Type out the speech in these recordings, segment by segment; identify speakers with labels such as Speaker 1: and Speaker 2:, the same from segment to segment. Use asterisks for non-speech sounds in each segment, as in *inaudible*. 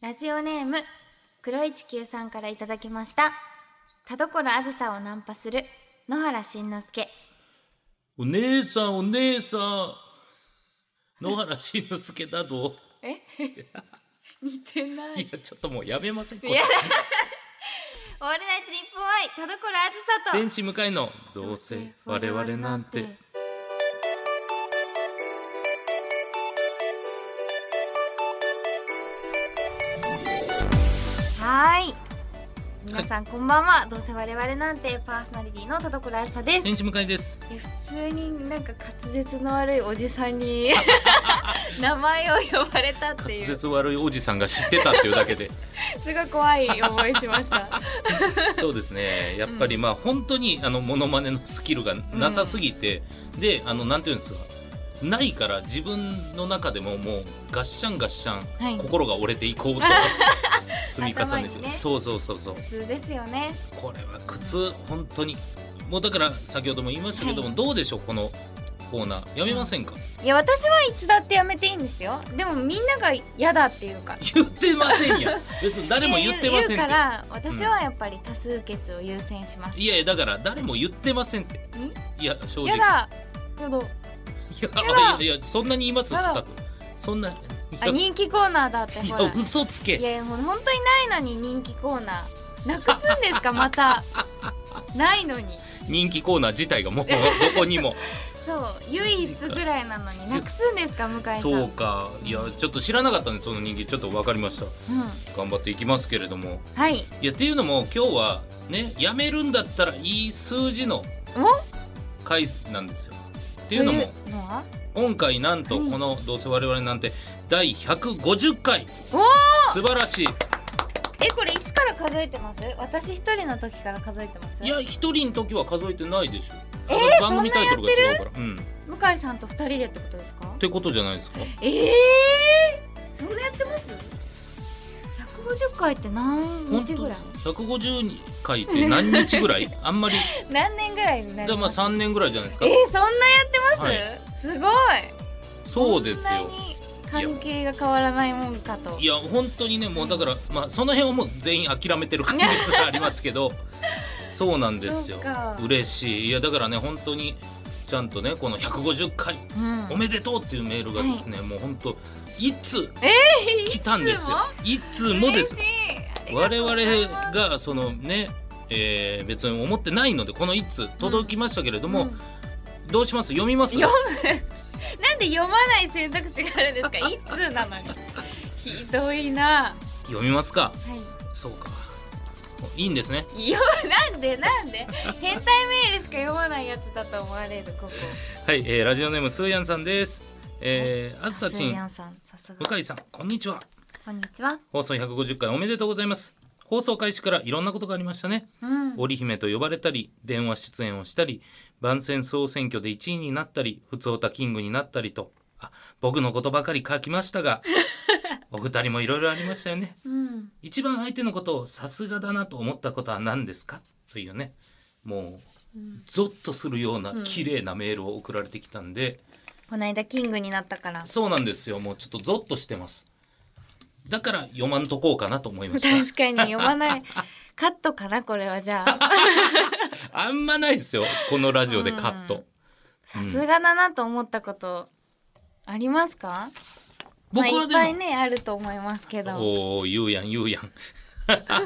Speaker 1: ラジオネーム黒一球さんからいただきました田所あずさをナンパする野原慎之介
Speaker 2: お姉さんお姉さん野原慎之介だと
Speaker 1: え *laughs* 似てないい
Speaker 2: やちょっともうやめませんこ
Speaker 1: い
Speaker 2: れ
Speaker 1: やオールナイトニッポン愛田所あずさ
Speaker 2: 電
Speaker 1: と
Speaker 2: 池向かいのどうせ我々なんて
Speaker 1: はーい皆さん、こんばんはどうせ我々なんてパーソナリティの田所あずさです
Speaker 2: 電池向かいです
Speaker 1: いや普通になんか滑舌の悪いおじさん
Speaker 2: *laughs*
Speaker 1: に名前を呼ばれたって
Speaker 2: 滑
Speaker 1: いうす
Speaker 2: 舌悪いおじさんが知ってたっていうだけで
Speaker 1: ごい怖い思いしました
Speaker 2: *laughs* そうですねやっぱりまあ本当にあのモノマネのスキルがなさすぎて、であのなんていうんですかないから自分の中でももうガッシャンガッシャン、
Speaker 1: はい
Speaker 2: 心が折れてい *laughs* こうと積み重
Speaker 1: 頭
Speaker 2: ねて、
Speaker 1: にね
Speaker 2: そうそうそうそう
Speaker 1: 普通ですよね
Speaker 2: これは苦痛本当にもうだから先ほども言いましたけども、
Speaker 1: はい
Speaker 2: どうでしょうこのコーナーやめませんか、 *laughs*
Speaker 1: いや私はいつだってやめていいんですよでもみんなが嫌だっていうか
Speaker 2: 言ってませんやん別に誰も言ってません
Speaker 1: 言う
Speaker 2: っ
Speaker 1: から私はやっぱり多数決を優先します
Speaker 2: ていやいやだから誰も言ってませんっていや正直
Speaker 1: やだやだ
Speaker 2: いやいやいやそんなにいますスタ
Speaker 1: やだ
Speaker 2: ッフそんない
Speaker 1: あ
Speaker 2: や
Speaker 1: 人気コーナーだって
Speaker 2: い
Speaker 1: ほら
Speaker 2: や
Speaker 1: い
Speaker 2: 嘘つけ
Speaker 1: やいやもう本当にないのに人気コーナーなくすんですかま
Speaker 2: *laughs*
Speaker 1: たないのに
Speaker 2: 人気コーナー自
Speaker 1: *laughs*
Speaker 2: 体がもうどこにも
Speaker 1: そう唯一ぐらいなのになくすんですか向井さん
Speaker 2: そうかいやちょっと知らなかったんでその人気ちょっと分かりました
Speaker 1: うん、
Speaker 2: 頑張っていきますけれども
Speaker 1: はい
Speaker 2: いやっていうのも今日はねやめるんだったらいい数字の
Speaker 1: お
Speaker 2: 回なんですよ。って
Speaker 1: と
Speaker 2: いうのも
Speaker 1: うのは
Speaker 2: 今回なんと
Speaker 1: はい
Speaker 2: この「どうせ我々なんて」第150回
Speaker 1: おー
Speaker 2: 素晴らしい
Speaker 1: えこれいつから数えてます私一人の時から数えてます
Speaker 2: いや一人の時は数えてないでしょあの
Speaker 1: えー
Speaker 2: 番組タイトルが違うからうんっ
Speaker 1: 向井さんと二人でってことですか
Speaker 2: てことじゃないですか
Speaker 1: ええー、そんなやってます150回って何
Speaker 2: 本
Speaker 1: 日
Speaker 2: 当
Speaker 1: ぐらい
Speaker 2: 150回って何日ぐ
Speaker 1: *laughs*
Speaker 2: らいあんまり
Speaker 1: 何年ぐらいにな
Speaker 2: だ
Speaker 1: り
Speaker 2: からまあ
Speaker 1: ます
Speaker 2: 3年ぐらいじゃないです
Speaker 1: え
Speaker 2: か
Speaker 1: ー、そんなやってます、すごい
Speaker 2: そうです
Speaker 1: こん
Speaker 2: よ
Speaker 1: なに関係が変わらないもんかと
Speaker 2: いや本当にねもうだからまあその辺はもう全員諦めてる感じがありますけどそうなんですよ
Speaker 1: そうか
Speaker 2: 嬉しいいやだからね本当にちゃんとねこの150回
Speaker 1: うん
Speaker 2: おめでとうっていうメールがですね、もう本当いつ来たんですよ。い
Speaker 1: い
Speaker 2: つ
Speaker 1: つ
Speaker 2: もです。
Speaker 1: 嬉し
Speaker 2: 我
Speaker 1: い
Speaker 2: 々
Speaker 1: ありとうございます
Speaker 2: がそのね、えー別に思ってないのでこのいつ届きましたけれど
Speaker 1: う
Speaker 2: も、
Speaker 1: ん
Speaker 2: どうします読みます
Speaker 1: 読むなんで読まない選択肢があるん
Speaker 2: *laughs*
Speaker 1: ですか一通なのにひどいなは
Speaker 2: 読みますかそうかいいんですね
Speaker 1: いよなんでなんで変態メールしか読まないやつだと思われるここ
Speaker 2: はい、えーラジオネームスーヤンさんです、えー、あずさ
Speaker 1: ス
Speaker 2: ち
Speaker 1: イ
Speaker 2: ん
Speaker 1: ヤンさんさすが
Speaker 2: 向井さんこんにちは
Speaker 1: こんにちは
Speaker 2: 放送150回おめでとうございます放送開始からいろんなことがありましたね
Speaker 1: うん
Speaker 2: 織姫と呼ばれたり電話出演をしたり番宣総選挙で1位になったりふつおたキングになったりとあ僕のことばかり書きまし
Speaker 1: *laughs*
Speaker 2: たがお二人もいろいろありましたよね
Speaker 1: うん
Speaker 2: 一番相手のことをさすがだなと思ったことは何ですかというねもうゾッとするような綺麗なメールを送られてきたんで、
Speaker 1: こないだキングになったから
Speaker 2: そうなんですよもうちょっとゾッとしてますだから読まんとこうかなと思いました
Speaker 1: 確かに読まないカットかなこれはじゃあ
Speaker 2: あんまないですよこのラジオでカット、
Speaker 1: うんさすがだなと思ったことありますか、ま
Speaker 2: 僕
Speaker 1: あ、い
Speaker 2: は
Speaker 1: っ
Speaker 2: でも
Speaker 1: ぱいねあると思いますけど
Speaker 2: おお言うやん言うやん *laughs*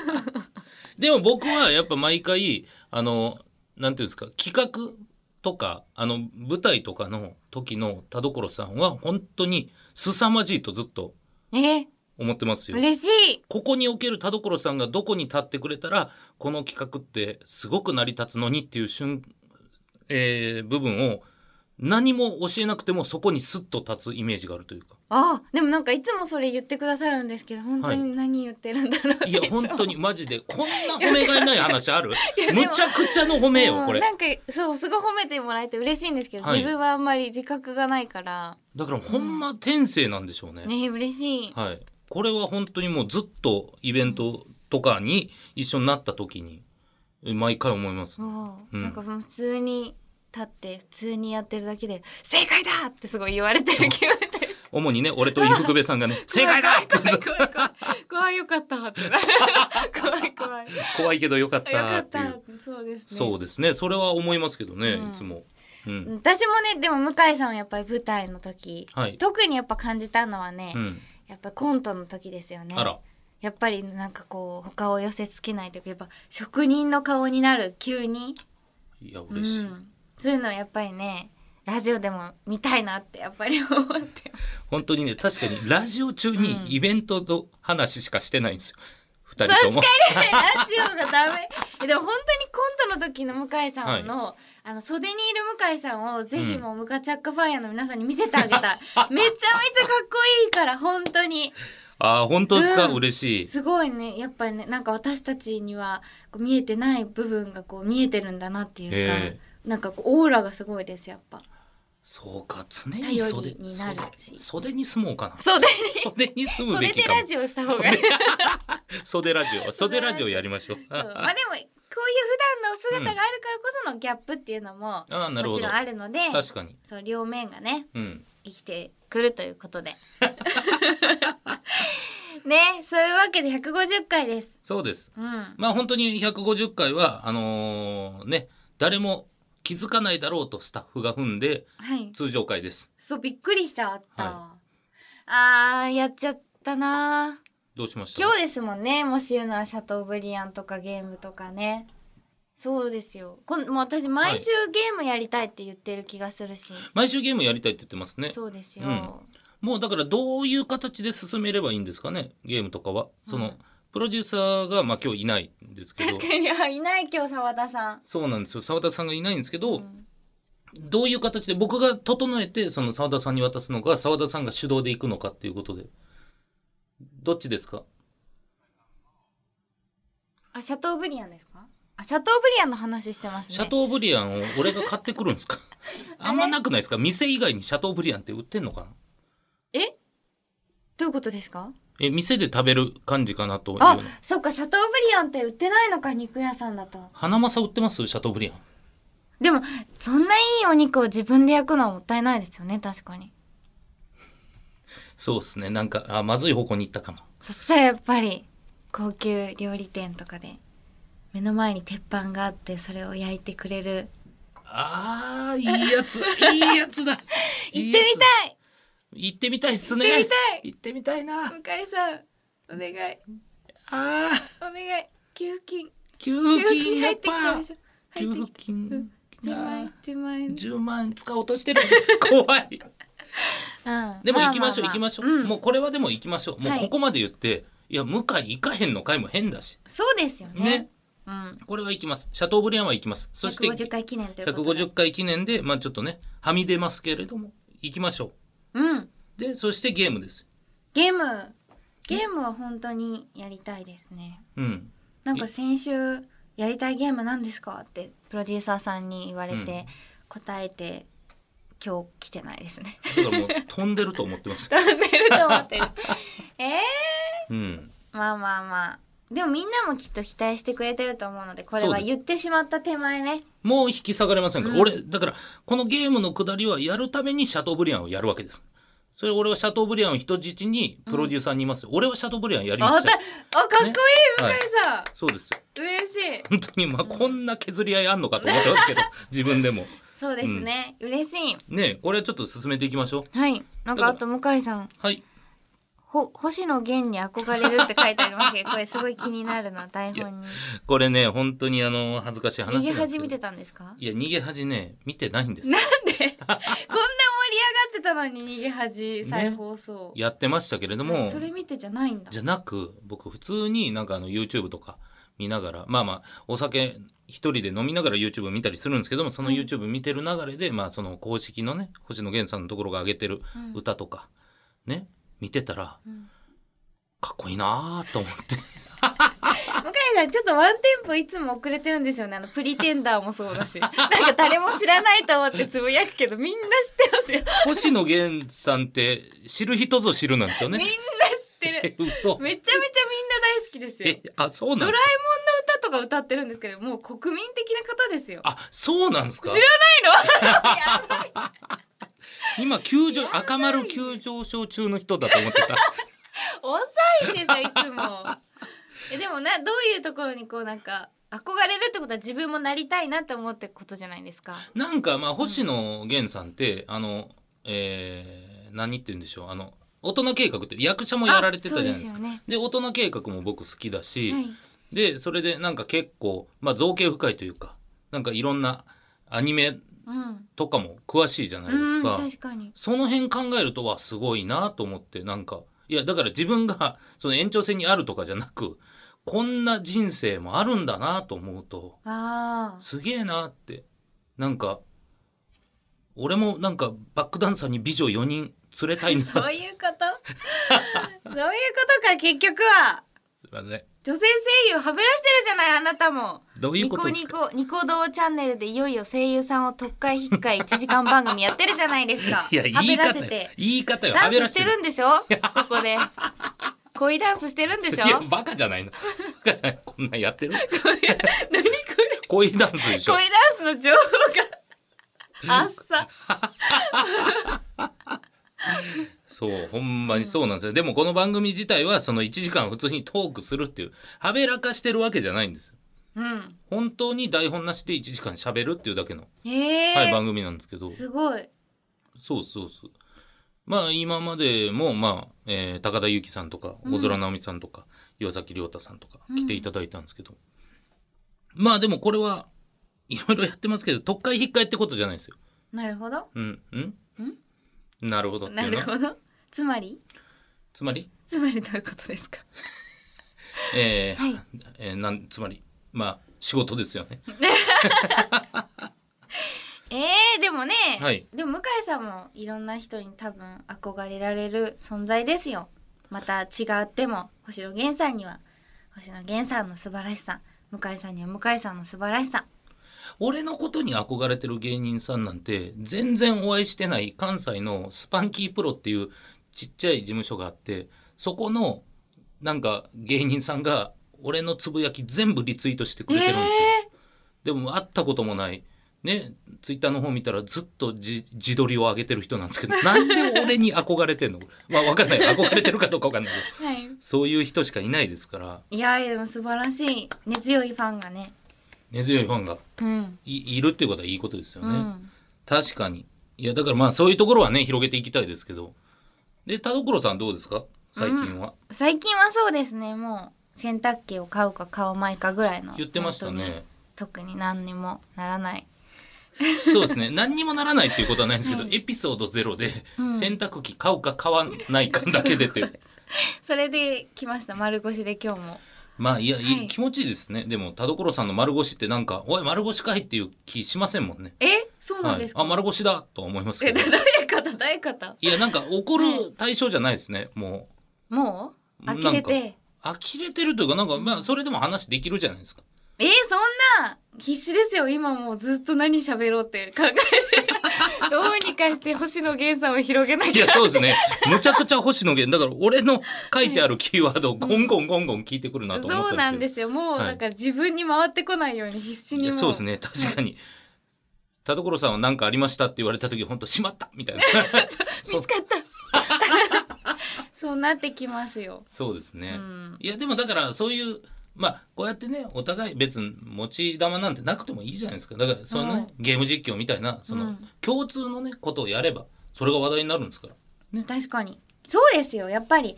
Speaker 2: でも僕はやっぱ毎回あのなんていうんですか企画とかあの舞台とかの時の田所さんは本当に凄まじいとずっと
Speaker 1: え
Speaker 2: 思ってますよ。
Speaker 1: 嬉しい
Speaker 2: ここにおける田所さんがどこに立ってくれたらこの企画ってすごく成り立つのにっていう瞬、えー部分を何も教えなくてもそこにスッと立つイメージがあるというか。
Speaker 1: あでもなんかいつもそれ言ってくださるんですけど本当に何言ってるんだろうって *laughs*
Speaker 2: い
Speaker 1: いつ
Speaker 2: や
Speaker 1: も、
Speaker 2: 本当にマジでこんな褒めがいない話あるむちゃくちゃの褒め
Speaker 1: う
Speaker 2: よ
Speaker 1: ん
Speaker 2: これ
Speaker 1: なんかそうすごい褒めてもらえて嬉しいんですけど、
Speaker 2: はい
Speaker 1: 自分はあんまり自覚がないから
Speaker 2: だからほんま天性なんでしょうね
Speaker 1: ね嬉しい、
Speaker 2: はいこれは本当にもうずっとイベントとかに一緒になった時に毎回思います
Speaker 1: そう
Speaker 2: うん
Speaker 1: なんかもう普通に立って普通にやってるだけで「正解だ!」ってすごい言われてる気分で *laughs*
Speaker 2: 主にね俺と伊福部さんがね正解だって
Speaker 1: 怖い怖い怖い怖い怖いよか
Speaker 2: *laughs*
Speaker 1: ったってな怖い怖いよ
Speaker 2: 怖いけどよかった
Speaker 1: か
Speaker 2: ー
Speaker 1: っ
Speaker 2: って
Speaker 1: た
Speaker 2: いう。
Speaker 1: そうですね
Speaker 2: そうですね。それは思いますけどね、
Speaker 1: うん
Speaker 2: いつも。うん。
Speaker 1: 私もねでも向井さんはやっぱり舞台の時、
Speaker 2: はい
Speaker 1: 特にやっぱ感じたのはね、
Speaker 2: うん。
Speaker 1: やっぱコントの時ですよね
Speaker 2: あら。
Speaker 1: やっぱりなんかこう他を寄せつけないというかやっぱ職人の顔になる急に、
Speaker 2: いや、嬉しい。
Speaker 1: うんそういうのはやっぱりねラジオでも見たいなってやっぱり思って
Speaker 2: *laughs* 本当にね、確かにラジオ中
Speaker 1: うん
Speaker 2: にイベントの話しかしてないんですよ。二人とも。
Speaker 1: ねラジオがダメ *laughs* えでも本当にコントの時の向井さんの、あの袖にいる向井さんをぜひもうムカチャックファイヤーの皆さんに見せてあ
Speaker 2: *laughs*
Speaker 1: げたい、めちゃめちゃかっこいいから本当に
Speaker 2: ああ、本当ですか、
Speaker 1: うん
Speaker 2: 嬉しい。
Speaker 1: すごいねやっぱりねなんか私たちにはこう見えてない部分がこう見えてるんだなっていうか、
Speaker 2: え
Speaker 1: なんかこうオーラがすごいですやっぱ
Speaker 2: そうか、常に袖
Speaker 1: 頼りになるし
Speaker 2: 袖袖に住もうか
Speaker 1: *laughs*
Speaker 2: な。
Speaker 1: 袖に
Speaker 2: 袖に住む
Speaker 1: 袖
Speaker 2: べ
Speaker 1: で
Speaker 2: きかも
Speaker 1: ラ。ジオした方がいい
Speaker 2: 袖 *laughs* ラジオ、袖ラジオやりましょう。 *laughs*
Speaker 1: まあでもこういう普段の姿があるからこそのギャップっていうのも、
Speaker 2: ああ、なる
Speaker 1: も
Speaker 2: ほ
Speaker 1: ち
Speaker 2: ど
Speaker 1: ろん。あるので
Speaker 2: 確かに。
Speaker 1: そう両面がね
Speaker 2: うん。
Speaker 1: 生きてくるということで *laughs* ねそういうわけで150回です
Speaker 2: そうです。
Speaker 1: うん
Speaker 2: まあ本当に150回は、あのーね、誰も気づかないだろうとスタッフが踏んで、
Speaker 1: はい
Speaker 2: 通常回です。
Speaker 1: そうびっくりしたあった、
Speaker 2: は
Speaker 1: あーやっちゃったな
Speaker 2: どうしました
Speaker 1: 今日ですもんねもし言うならシャトーブリアンとかゲームとかねそうですよこんもう私毎週ゲームやりたいって言ってる気がするし、
Speaker 2: 毎週ゲームやりたいって言ってますね。
Speaker 1: そうですよ、
Speaker 2: うんもうだからどういう形で進めればいいんですかね、ゲームとかは。その、
Speaker 1: うん
Speaker 2: プロデューサーが、まあ今日いないんですけど。
Speaker 1: 確かに *laughs* あいない今日澤田さん、
Speaker 2: そうなんですよ。澤田さんがいないんですけど、
Speaker 1: うん
Speaker 2: どういう形で僕が整えて、その澤田さんに渡すのか、澤田さんが主導で行くのかっていうことで。どっちですか
Speaker 1: あシャトーブリアンですかあシャトーブリアンの話してますね
Speaker 2: シャトーブリアンを俺が買ってくるんですか *laughs* あんまなくないですか店以外にシャトーブリアンって売ってんのかな
Speaker 1: えどういうことですか
Speaker 2: え、店で食べる感じかなという
Speaker 1: あ
Speaker 2: の。
Speaker 1: そっかシャトーブリアンって売ってないのか肉屋さんだと
Speaker 2: 花正売ってますシャトーブリアン。
Speaker 1: でもそんないいお肉を自分で焼くのはもったいないですよね確かに
Speaker 2: そうですね。なんか、あ、まずい方向に行ったかも。
Speaker 1: そしたらやっぱり高級料理店とかで目の前に鉄板があってそれを焼いてくれる
Speaker 2: ああ、いいやつ。いいやつだ。 *laughs* 行
Speaker 1: 行ってみ
Speaker 2: って
Speaker 1: たい
Speaker 2: 行ってみたいっすね。
Speaker 1: 行ってみたい
Speaker 2: 行ってみたいな。あ
Speaker 1: 向井さんお願い
Speaker 2: あー。
Speaker 1: お願い給付金
Speaker 2: 給
Speaker 1: 給
Speaker 2: 付
Speaker 1: 付
Speaker 2: 金
Speaker 1: 金入
Speaker 2: がや
Speaker 1: っ
Speaker 2: って
Speaker 1: きた
Speaker 2: ぱ
Speaker 1: でしょ
Speaker 2: 給
Speaker 1: 入って
Speaker 2: 付
Speaker 1: き
Speaker 2: 金
Speaker 1: た10万円10万円
Speaker 2: 10万円使おうとしてる *laughs* 怖い
Speaker 1: うん
Speaker 2: でも行きましょう行きましょう、
Speaker 1: ん
Speaker 2: もうこれはでも行きましょうもう
Speaker 1: はい
Speaker 2: ここまで言って、い、や向井行かへんの回も変だし
Speaker 1: そうですよね
Speaker 2: ね
Speaker 1: うん
Speaker 2: これは行きますシャトーブリアンは行きますそして
Speaker 1: 150回記念ということで
Speaker 2: 150回記念でまあちょっとねはみ出ますけれども行きましょ
Speaker 1: うん
Speaker 2: うでそしてゲームです
Speaker 1: ゲームゲームは本当にやりたいですね
Speaker 2: うん
Speaker 1: なんか先週やりたいゲームなんですかってプロデューサーさんに言われて、
Speaker 2: うん
Speaker 1: 答えて今日来てないです *laughs* ね
Speaker 2: だからもう飛んでると思って *laughs* ます
Speaker 1: 飛んでると思ってる *laughs* え
Speaker 2: うん
Speaker 1: ー、まあまあまあでもみんなもきっと期待してくれてると思うのでこれ
Speaker 2: そう
Speaker 1: は
Speaker 2: です
Speaker 1: 言ってしまった手前ね
Speaker 2: もう引き下がれませんから、
Speaker 1: うん
Speaker 2: 俺だからこのゲームのくだりはやるためにシャトーブリアンをやるわけですそれ俺はシャトーブリアンを人質にプロデューサーに言いますよ、俺はシャトーブリアンやり
Speaker 1: あ
Speaker 2: ま
Speaker 1: ま
Speaker 2: したた
Speaker 1: あかっこいい、
Speaker 2: ね
Speaker 1: 向井さん、
Speaker 2: そうですよ
Speaker 1: 嬉しい
Speaker 2: 本当にまあこんな削り合いあんのかと思ってますけど自分でも
Speaker 1: そうですね、嬉しい
Speaker 2: ねえこれはちょっと進めていきましょう
Speaker 1: はいなんかあと向井さん
Speaker 2: はい
Speaker 1: ほ星野源に憧れるって書いてありますけどこれすごい気になるな台本に
Speaker 2: これね本当にあの恥ずかしい話な
Speaker 1: 逃
Speaker 2: ん
Speaker 1: げ
Speaker 2: ですけど
Speaker 1: 恥見てたんですか
Speaker 2: いや逃げ恥ね見てないんです
Speaker 1: なんで *laughs* こんな盛り上がってたのに逃げ恥再放送、
Speaker 2: やってましたけれども
Speaker 1: それ見てじゃないんだ
Speaker 2: じゃなく僕普通になんかあの YouTube とか見ながらまあまあお酒一人で飲みながら YouTube 見たりするんですけどもその YouTube 見てる流れで、まあその公式のね星野源さんのところが上げてる
Speaker 1: うん
Speaker 2: 歌とか、ね見てたら
Speaker 1: うん
Speaker 2: かっこいいなーと思って *laughs*
Speaker 1: 向井さんちょっとワンテンポいつも遅れてるんですよねあのプリテンダーもそう
Speaker 2: *laughs*
Speaker 1: だしなんか誰も知らないと思ってつぶやくけどみんな知ってますよ
Speaker 2: 星野源さんって知る人ぞ知るなんですよ
Speaker 1: みんな
Speaker 2: ね
Speaker 1: 知。ってる
Speaker 2: え *laughs* 嘘
Speaker 1: めちゃめちゃみんな大好きですよ
Speaker 2: えあそう
Speaker 1: ド
Speaker 2: な
Speaker 1: ラえも
Speaker 2: ん
Speaker 1: んの
Speaker 2: ですか
Speaker 1: 歌とか歌ってるんですけどもう国民的な方ですよ
Speaker 2: あそうなんですか
Speaker 1: 知らないのやばい
Speaker 2: 今急上赤丸急上昇中の人だと思ってた。 *laughs*
Speaker 1: 遅いんですよいつもなどういうところにこうなんか憧れるってことは自分もなりたいなって思ってことじゃないですか。
Speaker 2: なんかまあ星野源さんって、あの、えー何言ってるんでしょうあの大人計画って役者もやられてたじゃないです
Speaker 1: あ
Speaker 2: か。
Speaker 1: そうですよね
Speaker 2: で大人計画も僕好きだし、
Speaker 1: はい、
Speaker 2: でそれでなんか結構、まあ、造形深いというかなんかいろんなアニメ
Speaker 1: うん、
Speaker 2: とかも詳しいじゃないで
Speaker 1: う
Speaker 2: す
Speaker 1: ん
Speaker 2: か。
Speaker 1: 確かに。
Speaker 2: その辺考えるとはすごいなと思ってなんかいやだから自分がその延長線にあるとかじゃなくこんな人生もあるんだなと思うと
Speaker 1: ああ。
Speaker 2: すげえなってなんか俺もなんかバックダンサーに美女4人連れたいなす
Speaker 1: *laughs*
Speaker 2: い
Speaker 1: そういうことそういうこと *laughs* か結局は
Speaker 2: ません
Speaker 1: 女性声優はべらしてるじゃないあなたも。
Speaker 2: どういう
Speaker 1: ニ
Speaker 2: こと
Speaker 1: コ
Speaker 2: です
Speaker 1: ニ
Speaker 2: か。
Speaker 1: コニコ動チャンネルでいよいよ声優さんを特会引っかい1時間番組やってるじゃないですか
Speaker 2: いや言
Speaker 1: はべ
Speaker 2: い
Speaker 1: ら
Speaker 2: 方
Speaker 1: せ
Speaker 2: よ
Speaker 1: て
Speaker 2: 言い方よ
Speaker 1: ダン
Speaker 2: はべ
Speaker 1: ス
Speaker 2: ら
Speaker 1: してるんでしょここで恋ダンスしてるんでしょ何
Speaker 2: いや
Speaker 1: こ
Speaker 2: バカじゃないのバカじゃないこんなんやってる
Speaker 1: れ
Speaker 2: 恋ダンスでしょ
Speaker 1: 恋ダンスの情報
Speaker 2: *laughs*
Speaker 1: があっさ
Speaker 2: そうほんまにそうなんですよ、でもこの番組自体はその1時間普通にトークするっていうはべらかしてるわけじゃないんですよ
Speaker 1: うん
Speaker 2: 本当に台本なしで1時間喋るっていうだけの、
Speaker 1: へえ、
Speaker 2: はい、番組なんですけど
Speaker 1: すごい
Speaker 2: そうそうそう。まあ今までも、まあえー高田由紀さんとか
Speaker 1: うん
Speaker 2: 大空直美さんとか、岩崎亮太さんとか来ていただいたんですけど、まあでもこれはいろいろやってますけど特会引っかえってことじゃないですよ。
Speaker 1: なるほど
Speaker 2: うんうんなるほどってい
Speaker 1: な
Speaker 2: うの
Speaker 1: る
Speaker 2: は
Speaker 1: ほどつまり
Speaker 2: つまり、
Speaker 1: つまりどういうことですか
Speaker 2: えー
Speaker 1: はい
Speaker 2: えーなんつまりまあ仕事ですよね。
Speaker 1: えー、でもね、
Speaker 2: はい
Speaker 1: でも向井さんもいろんな人に多分憧れられる存在ですよまた違っても星野源さんには星野源さんの素晴らしさ向井さんには向井さんの素晴らしさ
Speaker 2: 俺のことに憧れてる芸人さんなんて全然お会いしてない関西のスパンキープロっていうちっちゃい事務所があってそこのなんか芸人さんが俺のつぶやき全部リツイートしてくれてるんですよ、でも会ったこともないねツイッターの方見たらずっと自自撮りを上げてる人なんですけど *laughs* なんで俺に憧れてんのまあ分かんない憧れてるかどうか分かんないけど
Speaker 1: はい
Speaker 2: そういう人しかいないですから
Speaker 1: いやーでも素晴らしい根強いファンがね
Speaker 2: 根強いファンが
Speaker 1: うん、
Speaker 2: いいるっていうことはいいことですよ
Speaker 1: う
Speaker 2: ね。
Speaker 1: ん、
Speaker 2: 確かに。いや、だからまあそういうところはね、広げていきたいですけど。で、田所さんどうですか最近は、
Speaker 1: 最近はそうですねもう洗濯機を買うか買わないかぐらいの
Speaker 2: 言ってました
Speaker 1: 本当に
Speaker 2: ね。
Speaker 1: 特に何にもならない
Speaker 2: そうですね。何にもならないっていうことはないんですけど、
Speaker 1: はい
Speaker 2: エピソードゼロで、
Speaker 1: うん
Speaker 2: 洗濯機買うか買わないかだけでって。
Speaker 1: *laughs* それで来ました丸腰で今日も
Speaker 2: まあいや、いい
Speaker 1: はい
Speaker 2: 気持ちいいですね。でも、田所さんの丸腰ってなんか、おい、丸腰かいっていう気しませんもんね。
Speaker 1: えそうなんですか、
Speaker 2: はい、あ、丸腰だとは思います
Speaker 1: え *laughs*
Speaker 2: けど
Speaker 1: ど。ういう方どういう方
Speaker 2: いや、なんか怒る対象じゃないですね。も
Speaker 1: もう
Speaker 2: なん
Speaker 1: 呆
Speaker 2: か
Speaker 1: れて
Speaker 2: う、呆れてるというか、なんか、まあ、それでも話できるじゃないですか。
Speaker 1: えー、そんな必死ですよ今もうずっと何喋ろうって考えて
Speaker 2: *laughs*
Speaker 1: るどうにかして星野源さんを広げなきゃ
Speaker 2: いや、そうですね。むちゃくちゃ星野源。だから、俺の書いてあるキーワードをゴンゴンゴンゴン聞いてくるなと思ったんですけど。
Speaker 1: そうなんですよもう、
Speaker 2: はい
Speaker 1: だから自分に回ってこないように必死
Speaker 2: い
Speaker 1: に
Speaker 2: や、
Speaker 1: も
Speaker 2: そうですね。確かに。田所さんは何かありましたって言われた時、本当しまった
Speaker 1: *laughs*
Speaker 2: みたいな。そう
Speaker 1: 見つかった
Speaker 2: *laughs*
Speaker 1: そうなってきますよ
Speaker 2: そうですね。
Speaker 1: うん
Speaker 2: いや、でもだから、そういう、まあ、こうやってね、お互い別に持ち玉なんてなくてもいいじゃないですか。だから、そのね、
Speaker 1: はい
Speaker 2: ゲーム実況みたいな、その、
Speaker 1: うん
Speaker 2: 共通のね、ことをやれば、それが話題になるんですから。
Speaker 1: 確かにそうですよやっぱり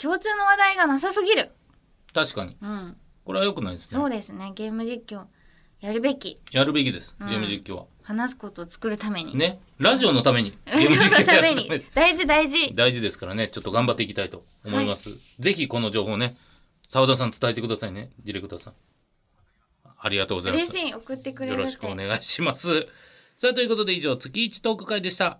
Speaker 1: 共通の話題がなさすぎる
Speaker 2: 確かに。
Speaker 1: うん
Speaker 2: これは良くないです
Speaker 1: そ
Speaker 2: ね
Speaker 1: う。ですねゲーム実況やるべき
Speaker 2: やるべきです。
Speaker 1: うん
Speaker 2: ゲーム実況は。
Speaker 1: 話すことを作るため *laughs* に
Speaker 2: ね、ラジオのために、ゲ
Speaker 1: ラジ
Speaker 2: ーム実
Speaker 1: オの
Speaker 2: 況や
Speaker 1: た
Speaker 2: る
Speaker 1: め
Speaker 2: ために
Speaker 1: に大事大事
Speaker 2: 大事ですからね、ちょっと頑張っていきたいと思います。ぜひこの情報ね、澤田さん伝えてくださいね、ディレクターさん。ありがとうございま
Speaker 1: 嬉
Speaker 2: す。
Speaker 1: しい送ってくれ
Speaker 2: よ
Speaker 1: る
Speaker 2: ろ
Speaker 1: っ
Speaker 2: しく
Speaker 1: て
Speaker 2: お願いします。さあ、ということで以上、月一トーク会でした。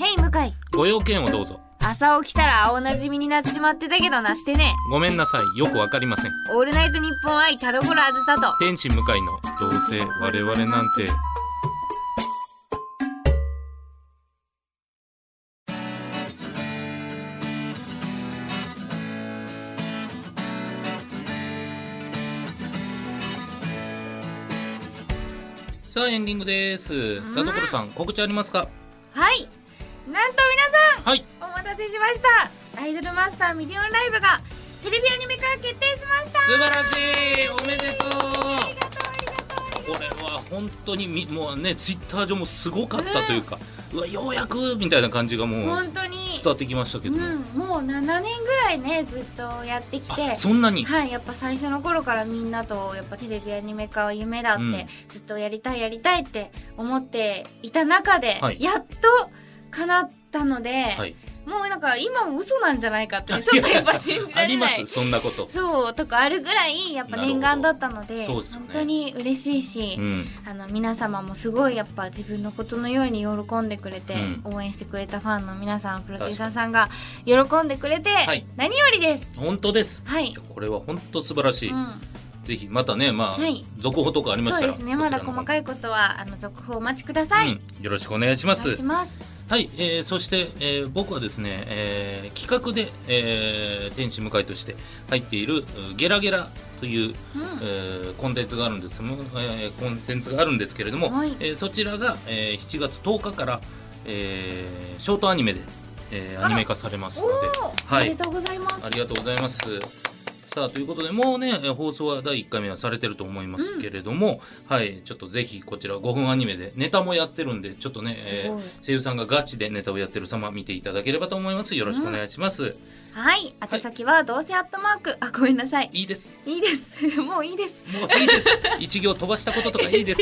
Speaker 1: へい向井
Speaker 2: ご用件をどうぞ。
Speaker 1: 朝起きたら青なじみになっちまってたけどなしてね
Speaker 2: ごめんなさい、よくわかりません。
Speaker 1: オールナイトニッポン愛田所あずさと
Speaker 2: 天使向かいの、どうせ我々なんて。さあエンディングです。田所さん告知ありますか。
Speaker 1: はいなんと皆さん
Speaker 2: はい。
Speaker 1: お待たせしましたアイドルマスターミリオンライブがテレビアニメ化が決定しました
Speaker 2: 素晴らしいおめでとう
Speaker 1: ありがとうありがとうありがとう
Speaker 2: これは本当にみもうねツイッター上もすごかったというか、うわようやくみたいな感じがもう伝
Speaker 1: 本当に
Speaker 2: わってきましたけど、
Speaker 1: うん、もう7年ぐらいねずっとやってきて
Speaker 2: あそんなに、
Speaker 1: はいやっぱ最初の頃からみんなとやっぱテレビアニメ化は夢だって、
Speaker 2: うん
Speaker 1: ずっとやりたいやりたいって思っていた中で、
Speaker 2: はい
Speaker 1: やっと叶ったので、
Speaker 2: はい、
Speaker 1: もうなんか今も嘘なんじゃないかって
Speaker 2: *laughs*
Speaker 1: ねちょっとやっぱ信じら
Speaker 2: あり
Speaker 1: れ
Speaker 2: ま
Speaker 1: ない
Speaker 2: すそんなこと、
Speaker 1: そうとかあるぐらいやっぱ念願だったの
Speaker 2: な
Speaker 1: で
Speaker 2: るほどそうですよね
Speaker 1: 本当に嬉しいし、
Speaker 2: うん、
Speaker 1: あの皆様もすごいやっぱ自分のことのように喜んでくれて、応援してくれたファンの皆さんプロデューサーさんが喜んでくれて、
Speaker 2: はい
Speaker 1: 何よりです。
Speaker 2: 本当です
Speaker 1: はい、
Speaker 2: これは本当素晴らしい、
Speaker 1: うん、
Speaker 2: ぜひまたねまあ、
Speaker 1: はい
Speaker 2: 続報とかありまし
Speaker 1: そう
Speaker 2: たら
Speaker 1: ですねまだ細
Speaker 2: い
Speaker 1: かいことはあの続報お待ちください、
Speaker 2: よろしくお願いしま
Speaker 1: お願
Speaker 2: す
Speaker 1: いします
Speaker 2: はい、えーそして、えー僕はですね、えー企画で、えー天使向かいとして入っているうーゲラゲラという、え
Speaker 1: う
Speaker 2: ーコンテンツがあるんですも、えーコンテンツがあるんですけれども、
Speaker 1: はい
Speaker 2: えーそちらが、えー7月10日から、えーショートアニメで、えー
Speaker 1: あら
Speaker 2: アニメ化されます
Speaker 1: ん、お
Speaker 2: ので、
Speaker 1: おー、
Speaker 2: はい
Speaker 1: おめでとうございます
Speaker 2: ありがとうございます。さあということでもうねえー放送は第1回目はされてると思いますけれども、はいちょっとぜひこちら5分アニメでネタもやってるんでちょっとね、
Speaker 1: すごい
Speaker 2: えー声優さんがガチでネタをやってる様見ていただければと思いますよろしくお願いします、
Speaker 1: はい宛先はどうせアットマークあごめんなさい
Speaker 2: いいです
Speaker 1: いいです *laughs* もういいです
Speaker 2: もうい
Speaker 1: *laughs*
Speaker 2: いです一行飛ばしたこととかいいです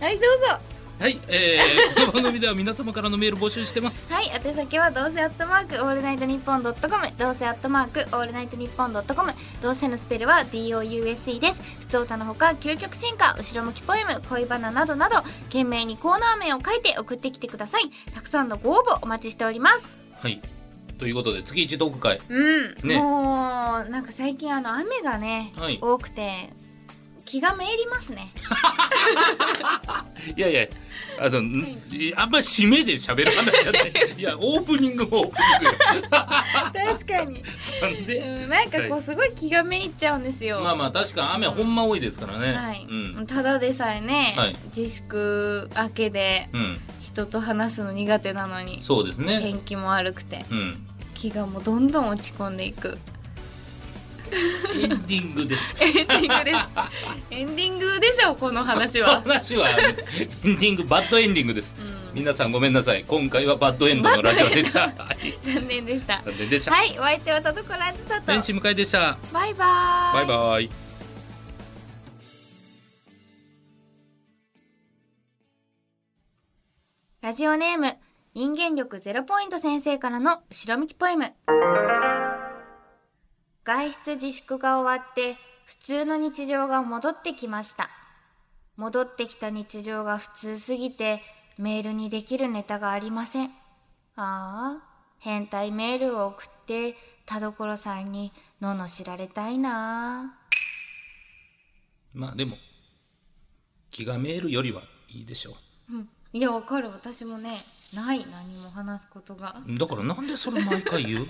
Speaker 1: はいどうぞ
Speaker 2: はい、えー、この番組では皆様からのメール募集してます
Speaker 1: はい、宛先はどうせアットマークオールナイトニッポンドットコムどうせアットマークオールナイトニッポンドットコムどうせのスペルは DOUSE です普通歌のほか究極進化後ろ向きポエム恋バナなどなど懸命にコーナー名を書いて送ってきてくださいたくさんのご応募お待ちしております
Speaker 2: はいということで月一トーク会
Speaker 1: うん、
Speaker 2: ね
Speaker 1: もうなんか最近あの雨がね、
Speaker 2: はい
Speaker 1: 多くて気がめいりますね
Speaker 2: いやいやあの、んあんま締めで喋らないじゃないいやオープニングもオープニングよ
Speaker 1: 確かに、
Speaker 2: なん *laughs* で、
Speaker 1: うん、なんかこ
Speaker 2: は
Speaker 1: うすごい気がめいっちゃうんですよ、
Speaker 2: まあまあ確かに雨ほんま多いですからね。
Speaker 1: はい、
Speaker 2: うん。
Speaker 1: ただでさえね、
Speaker 2: はい
Speaker 1: 自粛明けで
Speaker 2: うん。
Speaker 1: 人と話すの苦手なのに
Speaker 2: そうですね
Speaker 1: 天。気も悪くて
Speaker 2: うん。
Speaker 1: 気がもうどんどん落ち込んでいく *laughs*
Speaker 2: エンディングです。
Speaker 1: エンディン
Speaker 2: *laughs*
Speaker 1: グですエンディングでしょこの話は、
Speaker 2: 話はエンディングバッドエンディングです。
Speaker 1: うん、
Speaker 2: 皆さんごめんなさい。今回はバッドエンドのラジオでした。はい
Speaker 1: 残念でした
Speaker 2: 残念でした。
Speaker 1: はいお相手は田所あずさと
Speaker 2: 天使迎えでした。
Speaker 1: バイバーイ
Speaker 2: バイバイ。
Speaker 1: ラジオネーム人間力ゼロポイント先生からの後ろ向きポエム外出自粛が終わって普通の日常が戻ってきました戻ってきた日常が普通すぎてメールにできるネタがありませんああ変態メールを送って田所さんに罵られたいな
Speaker 2: まあでも気がめいるよりはいいでしょ
Speaker 1: いやわかる私もねない何も話すことが
Speaker 2: う。だからなんでそれ毎回言う？